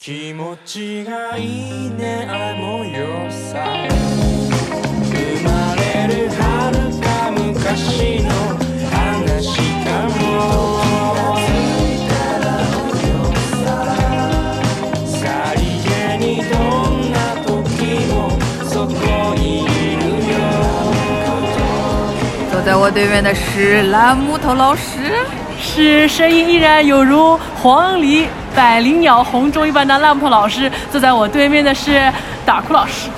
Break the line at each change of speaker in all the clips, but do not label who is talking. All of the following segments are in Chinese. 気持ちがいいね愛もよさ生まれる遥か昔の話かもさりげにどんな時もそこにいるよ
走在我对面的是蓝木头老师，
是声音依然有如黄鹂、百灵鸟、红钟一般的烂破老师。坐在我对面的是打哭老师，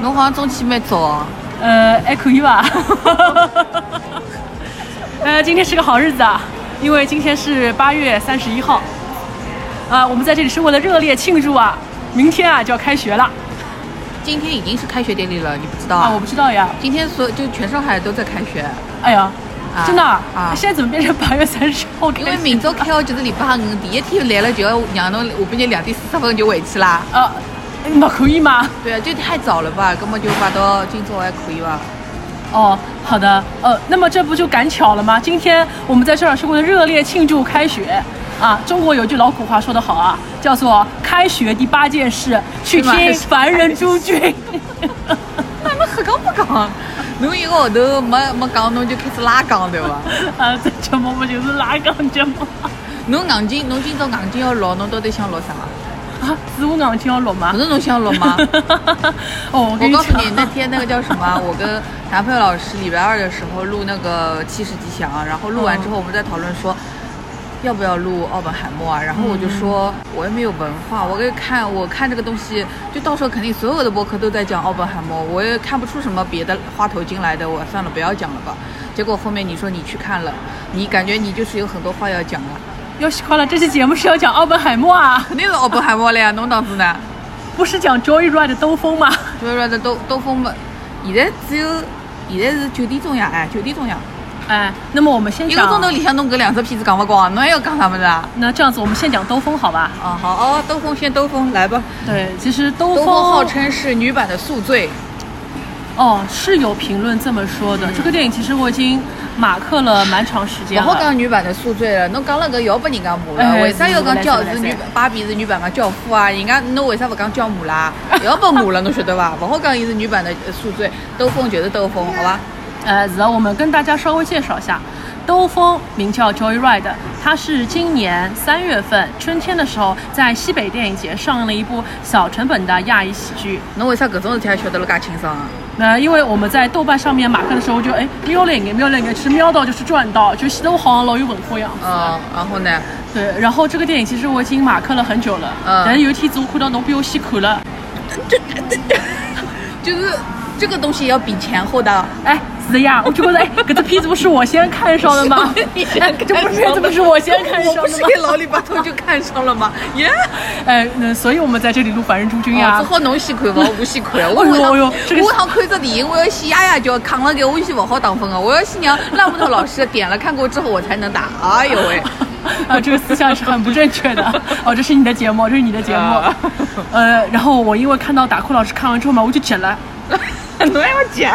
侬好像中气没走啊。
呃，还可以吧。 呃，今天是个好日子啊，因为今天是八月三十一号，啊、我们在这里是为了热烈庆祝啊，明天啊就要开学了
今天已经是开学典礼了，你不知道
啊，我不知道呀，
今天所就全上海都在开学，
哎呀，
啊
真的啊
啊
现在怎么变成八月三十号开学
因
了？
为明朝开学就是礼拜五，第一天来了就要让侬下半日两点四十分就回去啦。
啊，不可以吗？
对啊，就太早了吧，根本就摆到今朝还可以吧。
哦，好的，呃，那么这不就赶巧了吗？今天我们在这儿是为了热烈庆祝开学啊！中国有句老古话说得好啊，叫做“开学第八件事，去
是吗
听 凡人诸君
那侬瞎讲不 讲？侬一个号头没没讲，侬就开始拉讲对 伐？”
啊，这节目不就是拉杠节目 吗
侬硬劲，侬今朝硬劲要录，侬到底想录啥？
啊？子午硬听要录吗
不？是侬想录吗？
哦，我
我
跟你
告
讲
诉你，那天那个叫什么？啊我跟男朋友老师礼拜二的时候录那个七十吉祥，然后录完
嗯
之后，我们在讨论说。要不要录奥本海默啊？然后我就
嗯
说，我又没有文化，我给看，我看这个东西，就到时候肯定所有的博客都在讲奥本海默，我也看不出什么别的花头精来的，我算了，不要讲了吧。结果后面你说你去看了，你感觉你就是有很多话要讲了，
要喜欢了，这期节目是要讲奥本海默啊，
肯定是奥本海默了呀，侬档子呢？
不是讲 Joyride 兜风吗？
就是说这兜兜风嘛，现在只有现在是九点钟呀，哎，九点钟呀，
哎，那么我们先
一个
讲
钟头里向侬搿两只片子讲勿光，侬还要讲啥物事啊？
那这样子，我们先讲兜风好吧？
哦，好哦，兜风先兜风，来吧。
对，其实兜
兜
风
风号称是女版的宿醉，
哦，是有评论这么说的。这个电影其实我已经马克了蛮长时
勿
间
好
了。
讲女版的宿醉了，侬讲了搿要拨人家骂了。
哎
为啥要讲教是女
来塞来塞
芭比是女版嘛教父啊？人家侬为啥勿讲教母啦？
哎
要拨骂了，侬晓得伐？勿好讲伊是女版的呃宿醉，兜风就是兜风，好伐？
呃，子啊，我们跟大家稍微介绍一下，兜风名叫 Joyride，它是今年三月份春天的时候在西北电影节上映了一部小成本的亚裔喜剧。
侬为啥搿种事体还晓得了介清爽啊？
那、因为我们在豆瓣上面马克的时候就哎瞄了一眼，瞄了一眼，其实瞄到就是赚到，就显得我好像老有文化样子。
嗯，然后呢？
对，然后这个电影其实我已经马克了很久了，
嗯
但是有一天子我看到侬比我先看了。
就是这个东西要比前后的。？
哎，是呀，我就觉得哎， 搿只片子不是我先看上的吗
你先
这部片子不是我先看上
我
的
不是
吗
给？老李把头就看上了吗？耶！哦
哎，那所以我们在这里录《凡人诸君》啊呀
只。 好侬先看吧，我不先看。我
哎呦
下趟
哎呦这个是
我下趟看这电影，我要先压压脚，扛了给我先不好打分啊！我要先 让烂木头老师点了看过之后，我才能打。哎呦 喂！
啊，这个思想是很不正确 的。哦，这是你的节目，这是你的节目
啊。
呃，然后我因为看到打哭老师看完之后嘛，我就剪了。
侬还要剪？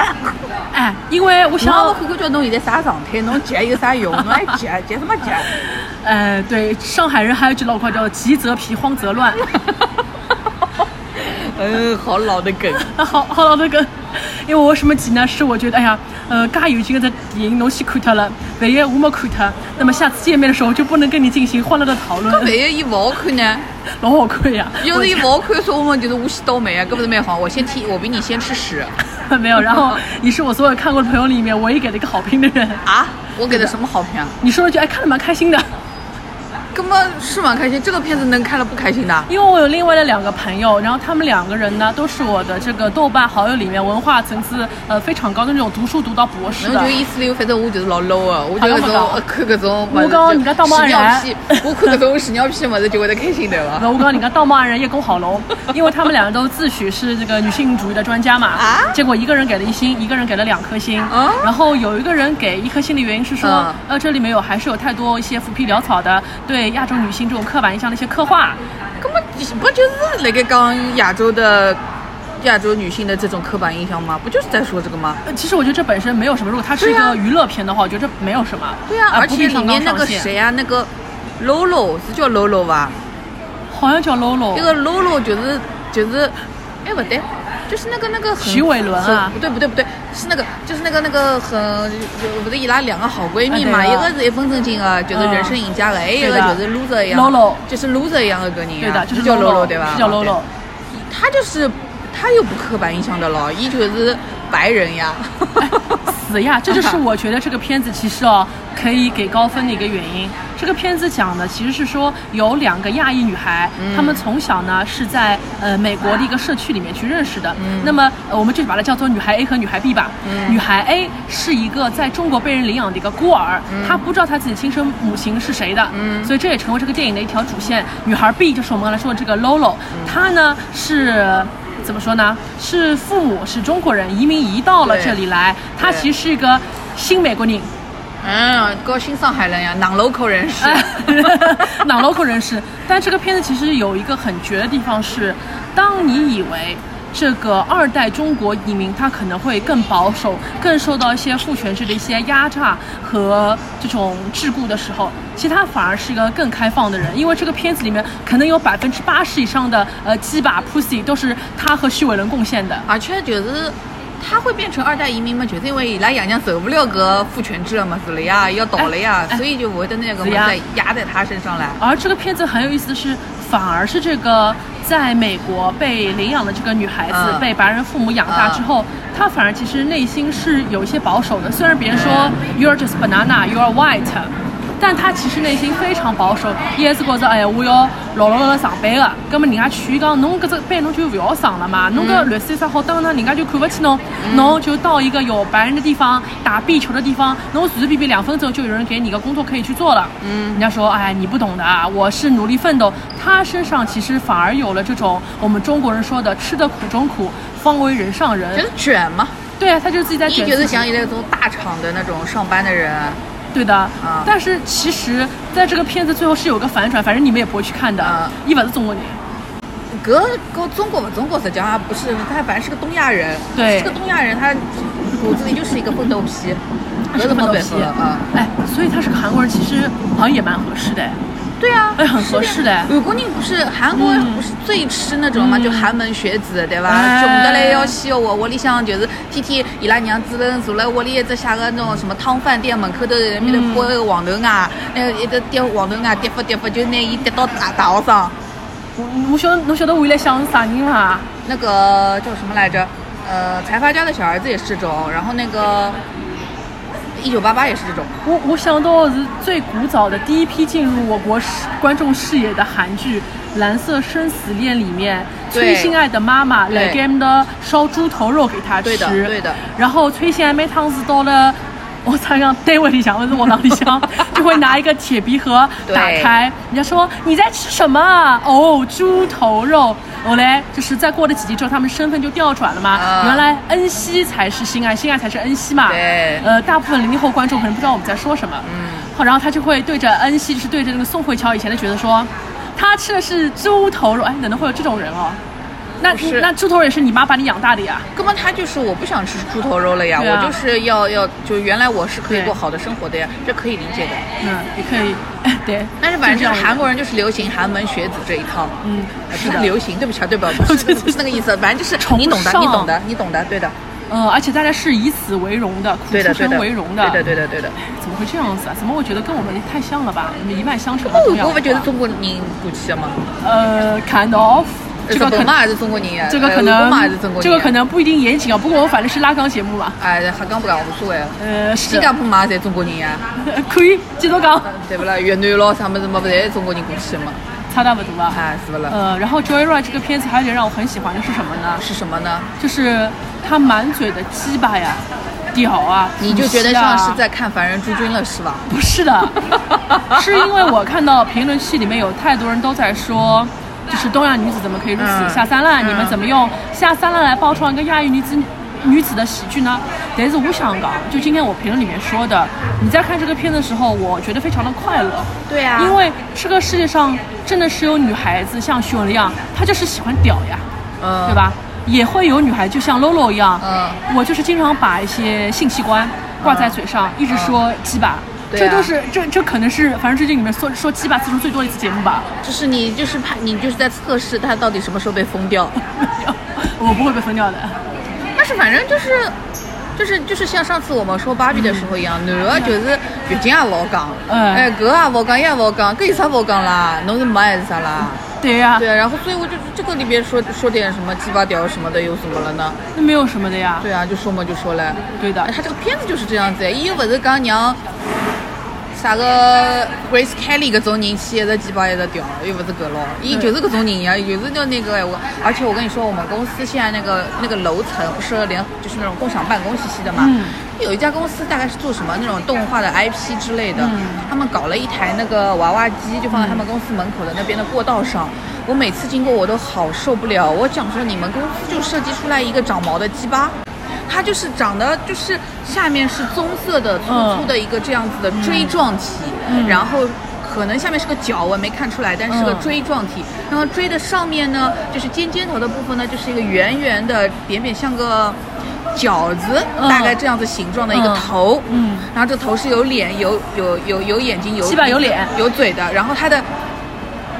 哎，因为我想
想我看看叫侬现在啥状态？侬剪有啥用？侬还 剪？剪什么剪？
呃，对，上海人还有一句老话叫“急则皮，慌则乱”。 哎
嗯，好老的 梗。
啊，好好老那个，因为我为什么急呢？是我觉得，哎呀，呃，噶有劲的电影侬先看它了，万一我没看它，那么下次见面的时候就不能跟你进行欢乐的讨
那万
论，
一伊勿好看呢？
老好看呀！
要是伊勿好看，说我们就是无锡倒霉啊！搿不是蛮好？我先替我比你先吃屎。
我没有，然 后你是我所有看过的朋友里面唯一给了一个好评的人。
啊，我给的什么好评啊？
你说了一句，哎，看的蛮开心的，
根本是蛮开心，这个片子能看了不开心的？
因为我有另外的两个朋友，然后他们两个人呢，都是我的这个豆瓣好友里面文化层次呃非常高的那种读书读到博士
侬
的
就。意思里，反正我就是老 low 啊，我就搿
好
种
了好
呃
了
看搿种
我
物
刚刚
事
人家
就
当
屎
妈
尿
人
屁，我看搿种屎尿屁物事就会得开心对伐？
然后我告诉你，看道貌岸然，叶公好龙， 因为他们两个都自诩是这个女性主义的专家嘛。
啊
结果一个人给了一星，一个人给了两颗星。
啊
然后有一个人给一颗星的原因是说，
嗯
呃，这里面有还是有太多一些浮皮潦草的对亚洲女性这种刻板印象的一些刻画。
根本不就是辣盖讲亚洲的亚洲女性的这种刻板印象吗？不就是在说这个吗？
呃其实我觉得这本身没有什么，如果它是一
对呀啊
个娱乐片的话，我觉得这没有什么。
对啊，
呃
而
不
且
必
里
上纲
面那
上
个
线
谁啊，那个 Lolo 是叫 Lolo 吧？
好像叫 Lolo，
那个 Lolo 觉得觉得，哎不对，就是那个那个很
徐伟伦啊
很不对不对不对，是那个就是那个那个很，我们伊拉两个好闺蜜嘛，
啊
一
对
个
啊
是一本正经的，就是人生赢家的，还有一个
对的
就是 loser 一样
Lolo
就是 loser 一样的个人啊，
对的，就是
叫
Lolo
Lolo 对吧？
是叫
哦
Lolo。
对他就是他又不刻板印象的咯，伊就是白人 呀。
死呀！这就是我觉得这个片子其实哦，可以给高分的一个原因。这个片子讲的其实是说有两个亚裔女孩，她们从小呢是在呃美国的一个社区里面去认识的。那么、呃我们就把它叫做女孩 A 和女孩 B 吧。女孩 A 是一个在中国被人领养的一个孤儿，她不知道她自己亲生母亲是谁的，所以这也成为这个电影的一条主线。女孩 B 就是我们刚才说的这个 Lolo，、她呢是。怎么说呢？是父母是中国人，移民移到了
对
这里来。她
对
其实是一个新美国人，
嗯，高新上海人呀，囊 local 人 士。
哎，朗 local 人士。但这个片子其实有一个很绝的地方是，当你以为这个二代中国移民他可能会更保守，更受到一些父权制的一些压榨和这种桎梏的时候，其实他反而是一个更开放的人，因为这个片子里面可能有百分之八十以上的呃鸡巴 pussy 都是他和徐伟伦贡献的。
而且就是他会变成二代移民嘛，就是因为伊拉爷娘受不了搿父权制了嘛，是了呀，要倒了呀，
哎哎
所以就会得那个么
是呀
再压在他身上来。
而这个片子很有意思的是，反而是这个在美国被领养的这个女孩子，
嗯
被白人父母养大之后，她反而其实内心是有一些保守的。虽然别人说 you're just banana, you're white，但她其实内心非常保守，伊还是觉着哎呀，我要老老实实上班的。那么人家劝伊讲，侬搿只班侬就勿要上了嘛，侬搿律师啥好当呢？人家就看勿起侬，侬就到一个有白人的地方打壁球的地方，侬随随便便两分钟就有人给你一个工作可以去做了。嗯，人家说哎，你不懂的啊，我是努力奋斗。他身上其实反而有了这种我们中国人说的“吃得苦中苦，方为人上人
就是卷嘛，”。
对啊，他就自己在
你
卷
就是
自己。
像现在这种大厂的那种上班的人，
对的，
啊
但是其实在这个片子最后是有个反转，反正你们也不会去看的
啊。
伊勿是中国人，
搿跟中国不中国实际上还不是，他反正是个东亚人，
对
是个东亚人，他骨子里就是一个奋斗皮，
他
搿
是
是没
奋斗
办
皮
法了啊。
哎，所以他是个韩国人，其实好像也蛮合适的。
对啊，
哎很合适的
是韩国人不是韩国人不是最吃那种嘛，就寒门学子对吧？
哎
穷得来要死哦，我屋里向就是天天伊拉娘只能坐了屋里一只下个那种什么汤饭店门口头那面头剥一个黄豆芽，那个一直跌黄豆芽跌不跌不，就拿伊跌到大大学生。
我我晓得侬晓得我原来想是啥人伐？
那个叫什么来着？呃，财阀家的小儿子也是这种，然后那个一九八八也是这种。
我我想到的是最古早的第一批进入我国视观众视野的韩剧《蓝色生死恋》里面，
对
崔心爱的妈妈来
对
给他们的烧猪头肉给他吃，
对的对的
然后崔心爱每趟子到了。我才让单位里向，或者我脑里 向，就会拿一个铁皮盒
对
打开，人家说你在吃什么啊？哦，猪头肉。后来就是再过了几集之后，他们身份就调转了嘛。
啊
原来恩熙才是心爱，心爱才是恩熙嘛。
对
呃，大部分零零后观众可能不知道我们在说什么。嗯。好，然后他就会对着恩熙，就是对着那个宋慧乔以前的角色说，他吃的是猪头肉。哎，难道会有这种人哦？那
不是
那猪头肉也是你妈把你养大的呀？
根本他就是我不想吃猪头肉了呀，
对啊
我就是要要就原来我是可以
对
过好的生活的呀，这可以理解的。
嗯，也可以。 哎，对。
但是反正
这样
就是韩国人就是流行寒门学子这一套，
嗯
呃，
是
不
的。
流行，对不起啊，对不起，不 是不是那个意思，反正就是
崇尚
你懂的，你懂的，你懂的，对的，
嗯，而且大家是以此为荣的，苦
对
出
的，对
身
的，
为
对
荣
的，对的，对的。
怎么会这样子啊？怎么我觉得跟我们太像了吧？你们一脉相承啊。
不
这，样
我不
子
觉得
啊
中国人过去的吗？
呃，kind of。这个
日
可
本嘛
能，
还是中国人呀，
这个可
呃呃日本
能
嘛还是中国人呀，
这个可能不一定严谨啊。不过我反正是拉钢节目嘛。
哎，还讲不讲无所谓啊。
呃，是
新 加坡嘛，侪中国人呀，
可以继续讲，
对不啦？越南咯，啥么子嘛，不侪中国人过去的嘛，
差大不多啊。
哎，是不啦？
呃，然后《Joyride》这个片子还有一点让我很喜欢的是什么呢？
是什么呢？
就是他满嘴的鸡巴呀、屌啊，
你就觉得
腐蚀啊
像嗯是在看《凡人诸君》了，是吧？
不是的，是因为我看到评论区里面有太多人都在说，就是东亚女子怎么可以如此
嗯
下三滥？
嗯
你们怎么用下三滥来包装一个亚裔女子女子的喜剧呢？但是我想讲，就今天我评论里面说的，你在看这个片的时候，我觉得非常的快乐。
对啊
因为这个世界上真的是有女孩子像徐文一样，她就是喜欢屌呀。
嗯，
对？吧？也会有女孩就像 Lolo 一样，
嗯
我就是经常把一些性器官挂在嘴上，一直说鸡巴。
嗯对
这
啊
都是这这可能是反正最近里面说说鸡巴次数最多的一次节目吧。
就是你就是怕你就是在测试他到底什么时候被封掉。嗯
我不会被分掉的。
但是反正就是。就是就是像上次我们说芭比的时候一样，男的就是越劲也勿讲，
嗯
哎，搿也勿讲，伊也勿讲，搿有啥勿讲啦？侬是没还是啥啦？
对呀、
对啊，然后所以我就这个里边说说点什么鸡巴屌什么的，有什么了呢？
那没有什么的呀。
对啊，就说嘛就说嘞。
对的
哎他这个片子就是这样子，伊又勿是讲让啥个 Grace Kelly 搿种人去一直鸡巴一直屌，又勿是搿咯，伊就是搿种人呀，就是叫那个哎我，而且我跟你说，我们公司现在那个那个楼层不是连就是那种共享办公体系的嘛。
嗯
有一家公司大概是做什么那种动画的 IP 之类的，他们搞了一台那个娃娃机，就放在他们公司门口的那边的过道上。我每次经过我都好受不了，我讲说你们公司就设计出来一个长毛的鸡巴，它就是长得就是下面是棕色的粗粗的一个这样子
嗯
的锥状体，然后。可能下面是个角，我没看出来，但是是个
嗯
锥状体。然后锥的上面呢，就是尖尖头的部分呢，就是一个圆圆的，扁扁像个饺子，
嗯
大概这样子形状的一个
嗯
头。
嗯
然后这头是有脸、有有有有眼睛、有
鸡巴有脸
有嘴的，然后它的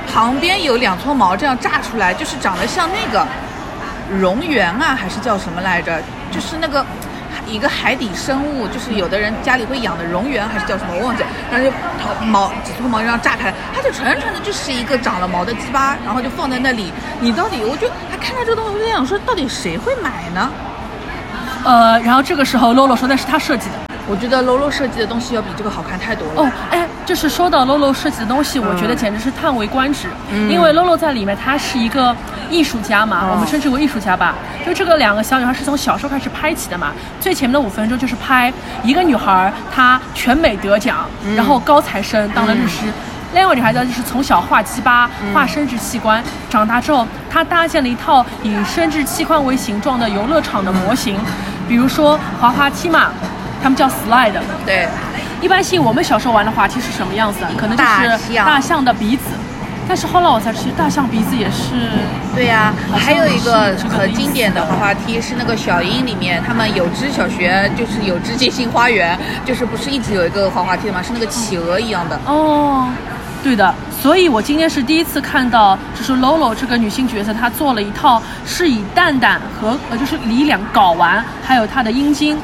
旁边有两撮毛这样炸出来，就是长得像那个蝾螈啊，还是叫什么来着？就是那个。一个海底生物，就是有的人家里会养的蝾螈还是叫什么，我忘记了。然后就头毛几撮毛这样炸开来，它就纯纯的就是一个长了毛的鸡巴，然后就放在那里。你到底，我就还看到这个东西，我就想说，到底谁会买呢？
呃，然后这个时候 Lolo 说那是他设计的。
我觉得 Lolo 设计的东西要比这个好看太多了。
哦，哎，就是说到 Lolo 设计的东西，我觉得简直是叹为观止。因为 Lolo 在里面，他是一个艺术家嘛，我们称之为艺术家吧。就这个两个小女孩是从小时候开始拍起的嘛，最前面的五分钟就是拍一个女孩她全美得奖，然后高材生当了律师。另外一个女孩呢，就是从小画鸡巴、画生殖器官，长大之后，她搭建了一套以生殖器官为形状的游乐场的模型，比如说滑滑梯嘛，他们叫 slide，
对，
一般性我们小时候玩的滑梯是什么样子啊？可能就
大
是
象
大象的鼻子，但是后来我才知道，大象鼻子也是
对呀、
好像
还有一个
是这个
很
意思
经典的滑滑梯是那个小樱里面，他们有只小学就是有只金星花园，就是不是一直有一个滑滑梯的嘛，是那个企鹅一样的。
哦，对的。所以我今天是第一次看到，就是 Lolo 这个女性角色，她做了一套是以蛋蛋和呃就是李两睾丸，还有她的阴茎。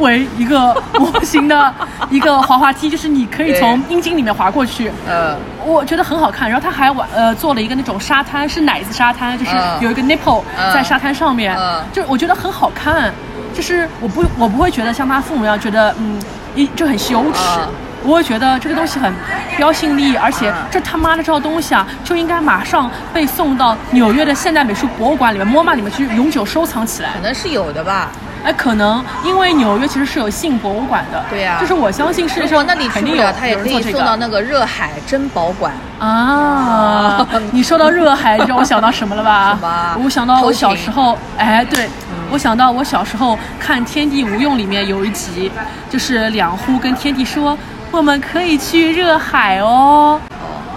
为一个模型的一个滑滑梯，就是你可以从阴茎里面滑过去，
呃，
我觉得很好看。然后他还玩呃做了一个那种沙滩，是奶子沙滩，就是
嗯
有一个 nipple
嗯
在沙滩上面，
嗯
就是我觉得很好看。就是我不我不会觉得像他父母一样觉得嗯一就很羞耻。
嗯
我会觉得这个东西很标新立异，而且
嗯
这他妈的这套东西啊，就应该马上被送到纽约的现代美术博物馆里面、MoMA 里面去永久收藏起来。
可能是有的吧。
哎，可能因为纽约其实是有性博物馆的，
对呀
就是我相信世界
如
上
果那里去
肯
不
定有
了，他也
有
可
人做
以
这
送
个
到那个热海珍宝馆。
啊，你说到热海，你知道我想到什么了吧？
什么
我想到
偷
我
情嗯
小时候，哎，对，我想到我小时候看《天地无用》里面有一集，就是两户跟天地说，我们可以去热海哦。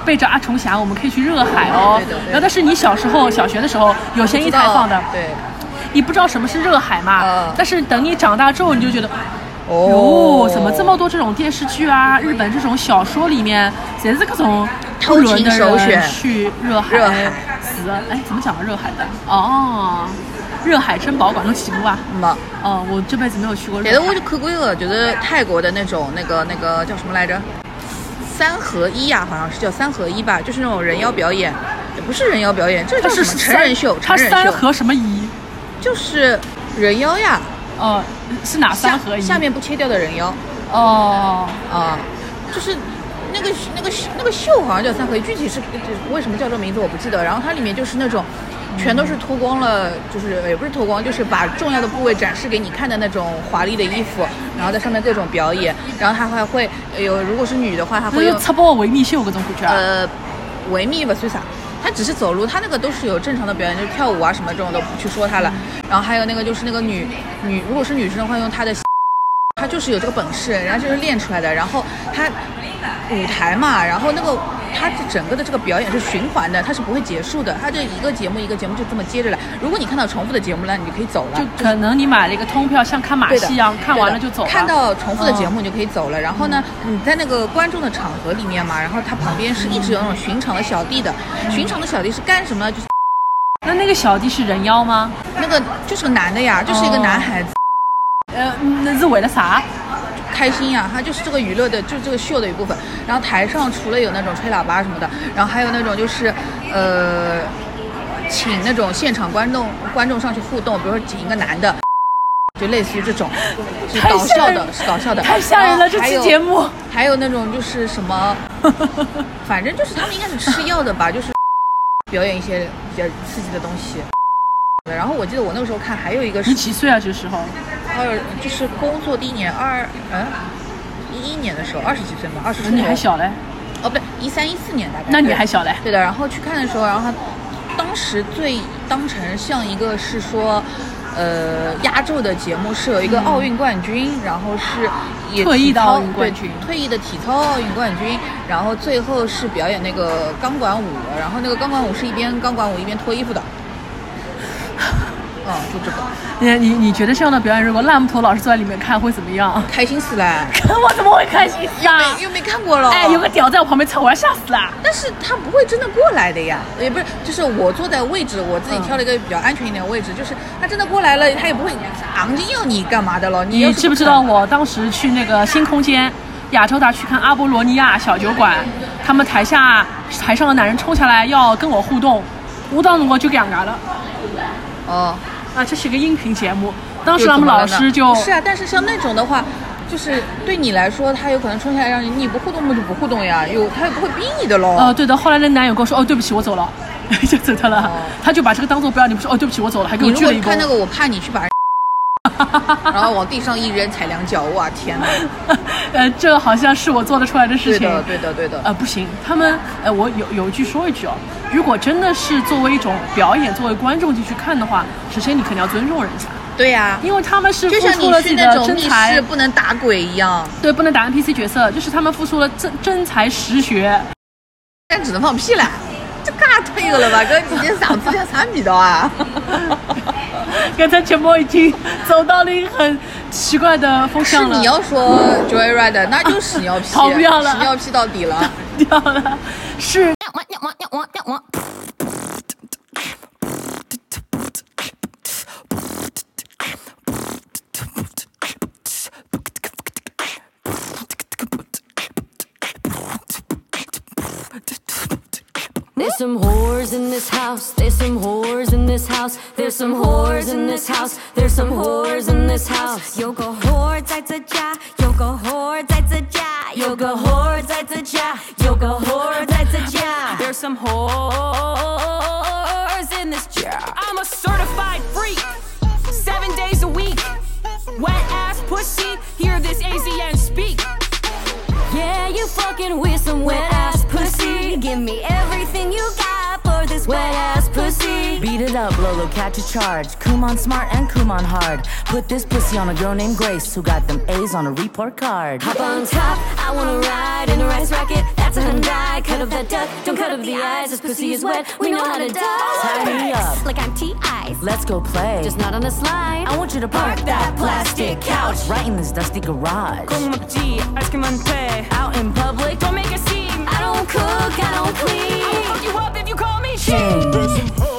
背着阿虫侠，我们可以去热海哦
对的对。的
然后，但是你小时候小学的时候有
不
闲
知
鱼
道
台放的，
对，
你不知道什么是热海嘛？
嗯
但是等你长大之后，你就觉得，
哦
哟，哦怎么这么多这种电视剧啊，日本这种小说里面，全是各种
偷情
不伦的
首选
人去热海
热海
死，哎，怎么讲啊？热海的哦，热海珍宝馆有几部啊？
没
哦，我这辈子没有去过
嗯别
热
的我
海
就。看过一个，就是泰国的那种那个那个叫什么来着？三合一啊呀、好像是叫三合一吧，就是那种人妖表演，也不是人妖表演，这
它
叫什
是
么成人秀，成
它
人
三
秀
合什么仪？
就是人妖呀，
哦，是哪
下
三合仪？
下面不切掉的人妖
哦，
啊，就是那个那个那个秀好像叫三合一，具体是为什么叫这名字我不记得。然后它里面就是那种全都是脱光了，就是也不是脱光，就是把重要的部位展示给你看的那种华丽的衣服，然后在上面各种表演，然后它还会呃有如果是女的话，还
那
会有
就擦包维密秀搿种感觉啊。
呃，维密不算啥，他只是走路，他那个都是有正常的表演，就是跳舞啊什么这种都不去说他了。然后还有那个就是那个女女，如果是女生的话，用她的，她就是有这个本事，人家就是练出来的。然后她舞台嘛，然后那个它这整个的这个表演是循环的，它是不会结束的，它这一个节目一个节目就这么接着来。如果你看到重复的节目了，你就可以走了，
就可能你买了一个通票，像看马
呃对的
戏一样，看完了就走了。嗯
看到重复的节目你就可以走了。然后呢，你在那个观众的场合里面嘛，然后它旁边是一直有那种寻常的小弟的，
嗯
寻常的小弟是干什么呢？就是
那那个小弟是人妖吗？
那个就是个男的
哦
呀，就是一个男孩子，
呃，那是为了啥？
开心呀，他就是这个娱乐的，就是这个秀的一部分。然后台上除了有那种吹喇叭什么的，然后还有那种就是，呃，请那种现场观众观众上去互动，比如说请一个男的。就类似于这种，是
太
搞
吓
笑
人
的，是搞笑的，
太吓人了！
然后
这
还
期
有
节目，
还有那种就是什 么，反正就是他们应该是吃药的吧，就是表演一些比较刺激的东西。然后我记得我那个时候看还有一个是
你几岁啊？这时候
二就是工作第一年二嗯一一年的时候二十几岁嘛，二十出头
你还小嘞，
哦，不对，一三一四年大概。
那你
对
还小嘞。
对的，然后去看的时候，然后他当时最当成像一个是说，呃，压轴的节目是有一个奥运冠军，然后是也
退役的
体操
奥运冠军
对退役的体操奥运冠军，然后最后是表演那个钢管舞，然后那个钢管舞是一边钢管舞一边脱衣服的。嗯，就这个，
你你你觉得这样的表演，如果烂木头老师坐在里面看会怎么样？
开心死了，
我怎么会开心呀？
又没看过了。
哎，有个屌在我旁边操，我要吓死了！
但是他不会真的过来的呀，也不是，就是我坐在位置，我自己挑了一个比较安全一点的位置，就是他真的过来了，他也不会昂着要你干嘛的了。你要
你
是
知不知道我当时去那个新空间亚洲大区看阿波罗尼亚小酒馆，他们台下台上的男人冲下来要跟我互动，舞蹈我就尴尬了。
哦，
啊，这是个音频节目，当
又
时
怎
他
么
们
了
老
呢
师就
不是啊，但是像那种的话，就是对你来说，他有可能冲下来让你你不互动，我就不互动呀，有他也不会逼你的喽。
呃，对的。后来那男友跟我说：“哦，对不起，我走了。” 就走掉了。他就把这个当做不要你不说：“哦，对不起，我走了。”还
哦
给
你
我
如
鞠
果
了一躬
看。那个，我怕你去 把人然后往地上一扔，踩两脚，哇天 哪！
呃，这好像是我做得出来的事
对
情。
的，对的，对的。
呃，不行，他们呃，我有有一句说一句哦，如果真的是作为一种表演，作为观众进去看的话，首先你肯定要尊重人家，
对呀、
因为他们是
就
付
像
出
你
了自
去
己
那
的
种
真
密
才
室，不能打鬼一样，
对，不能打 NPC 角色，就是他们付出了真真才实学。
但只能放屁啦，这尬退个了吧？哥，你这嗓子像啥味道啊？
刚才节目已经走到了一个很奇怪的风
是
向了，
你哦要说 Joyride，那就是屎尿屁，
跑不掉了
屎尿屁到底了。
掉了，是
There's some whores in this house. There's some whores in this house. There's some whores in this house. There's some whores in this house.
有个活儿在这家，有个活儿在这家，有
有
个
个whore 在这家，有个 whore 在这家。There's some whores in this jar.
I'm a certified freak. Seven days a week. Wet ass pussy. Hear this AZN speak.
Yeah, you fucking with some wet ass pussy.
give me everything you got for this
Wet ass pussy.
Beat it up, Lolo, catch a charge. Kumon smart and Kumon hard. Put this pussy on a girl named Grace who got them A's on a report card.
Hop on top, I wanna ride in a rice rocket. That's a Hyundai. Cut up that duck, don't cut up the eyes. This pussy is wet, we know how to
Tie
dive.
me up,
Like I'm T.I.'s.
let's go play.
Just not on a slide.
I want you to park that
plastic couch.
right in this dusty garage.
Kung McG, ice cream and pay.
Out in public,
Don't make a scene.
I don't cook, I don't
I will
clean.
fuck you up if you call me shit.
King.
There's some hoes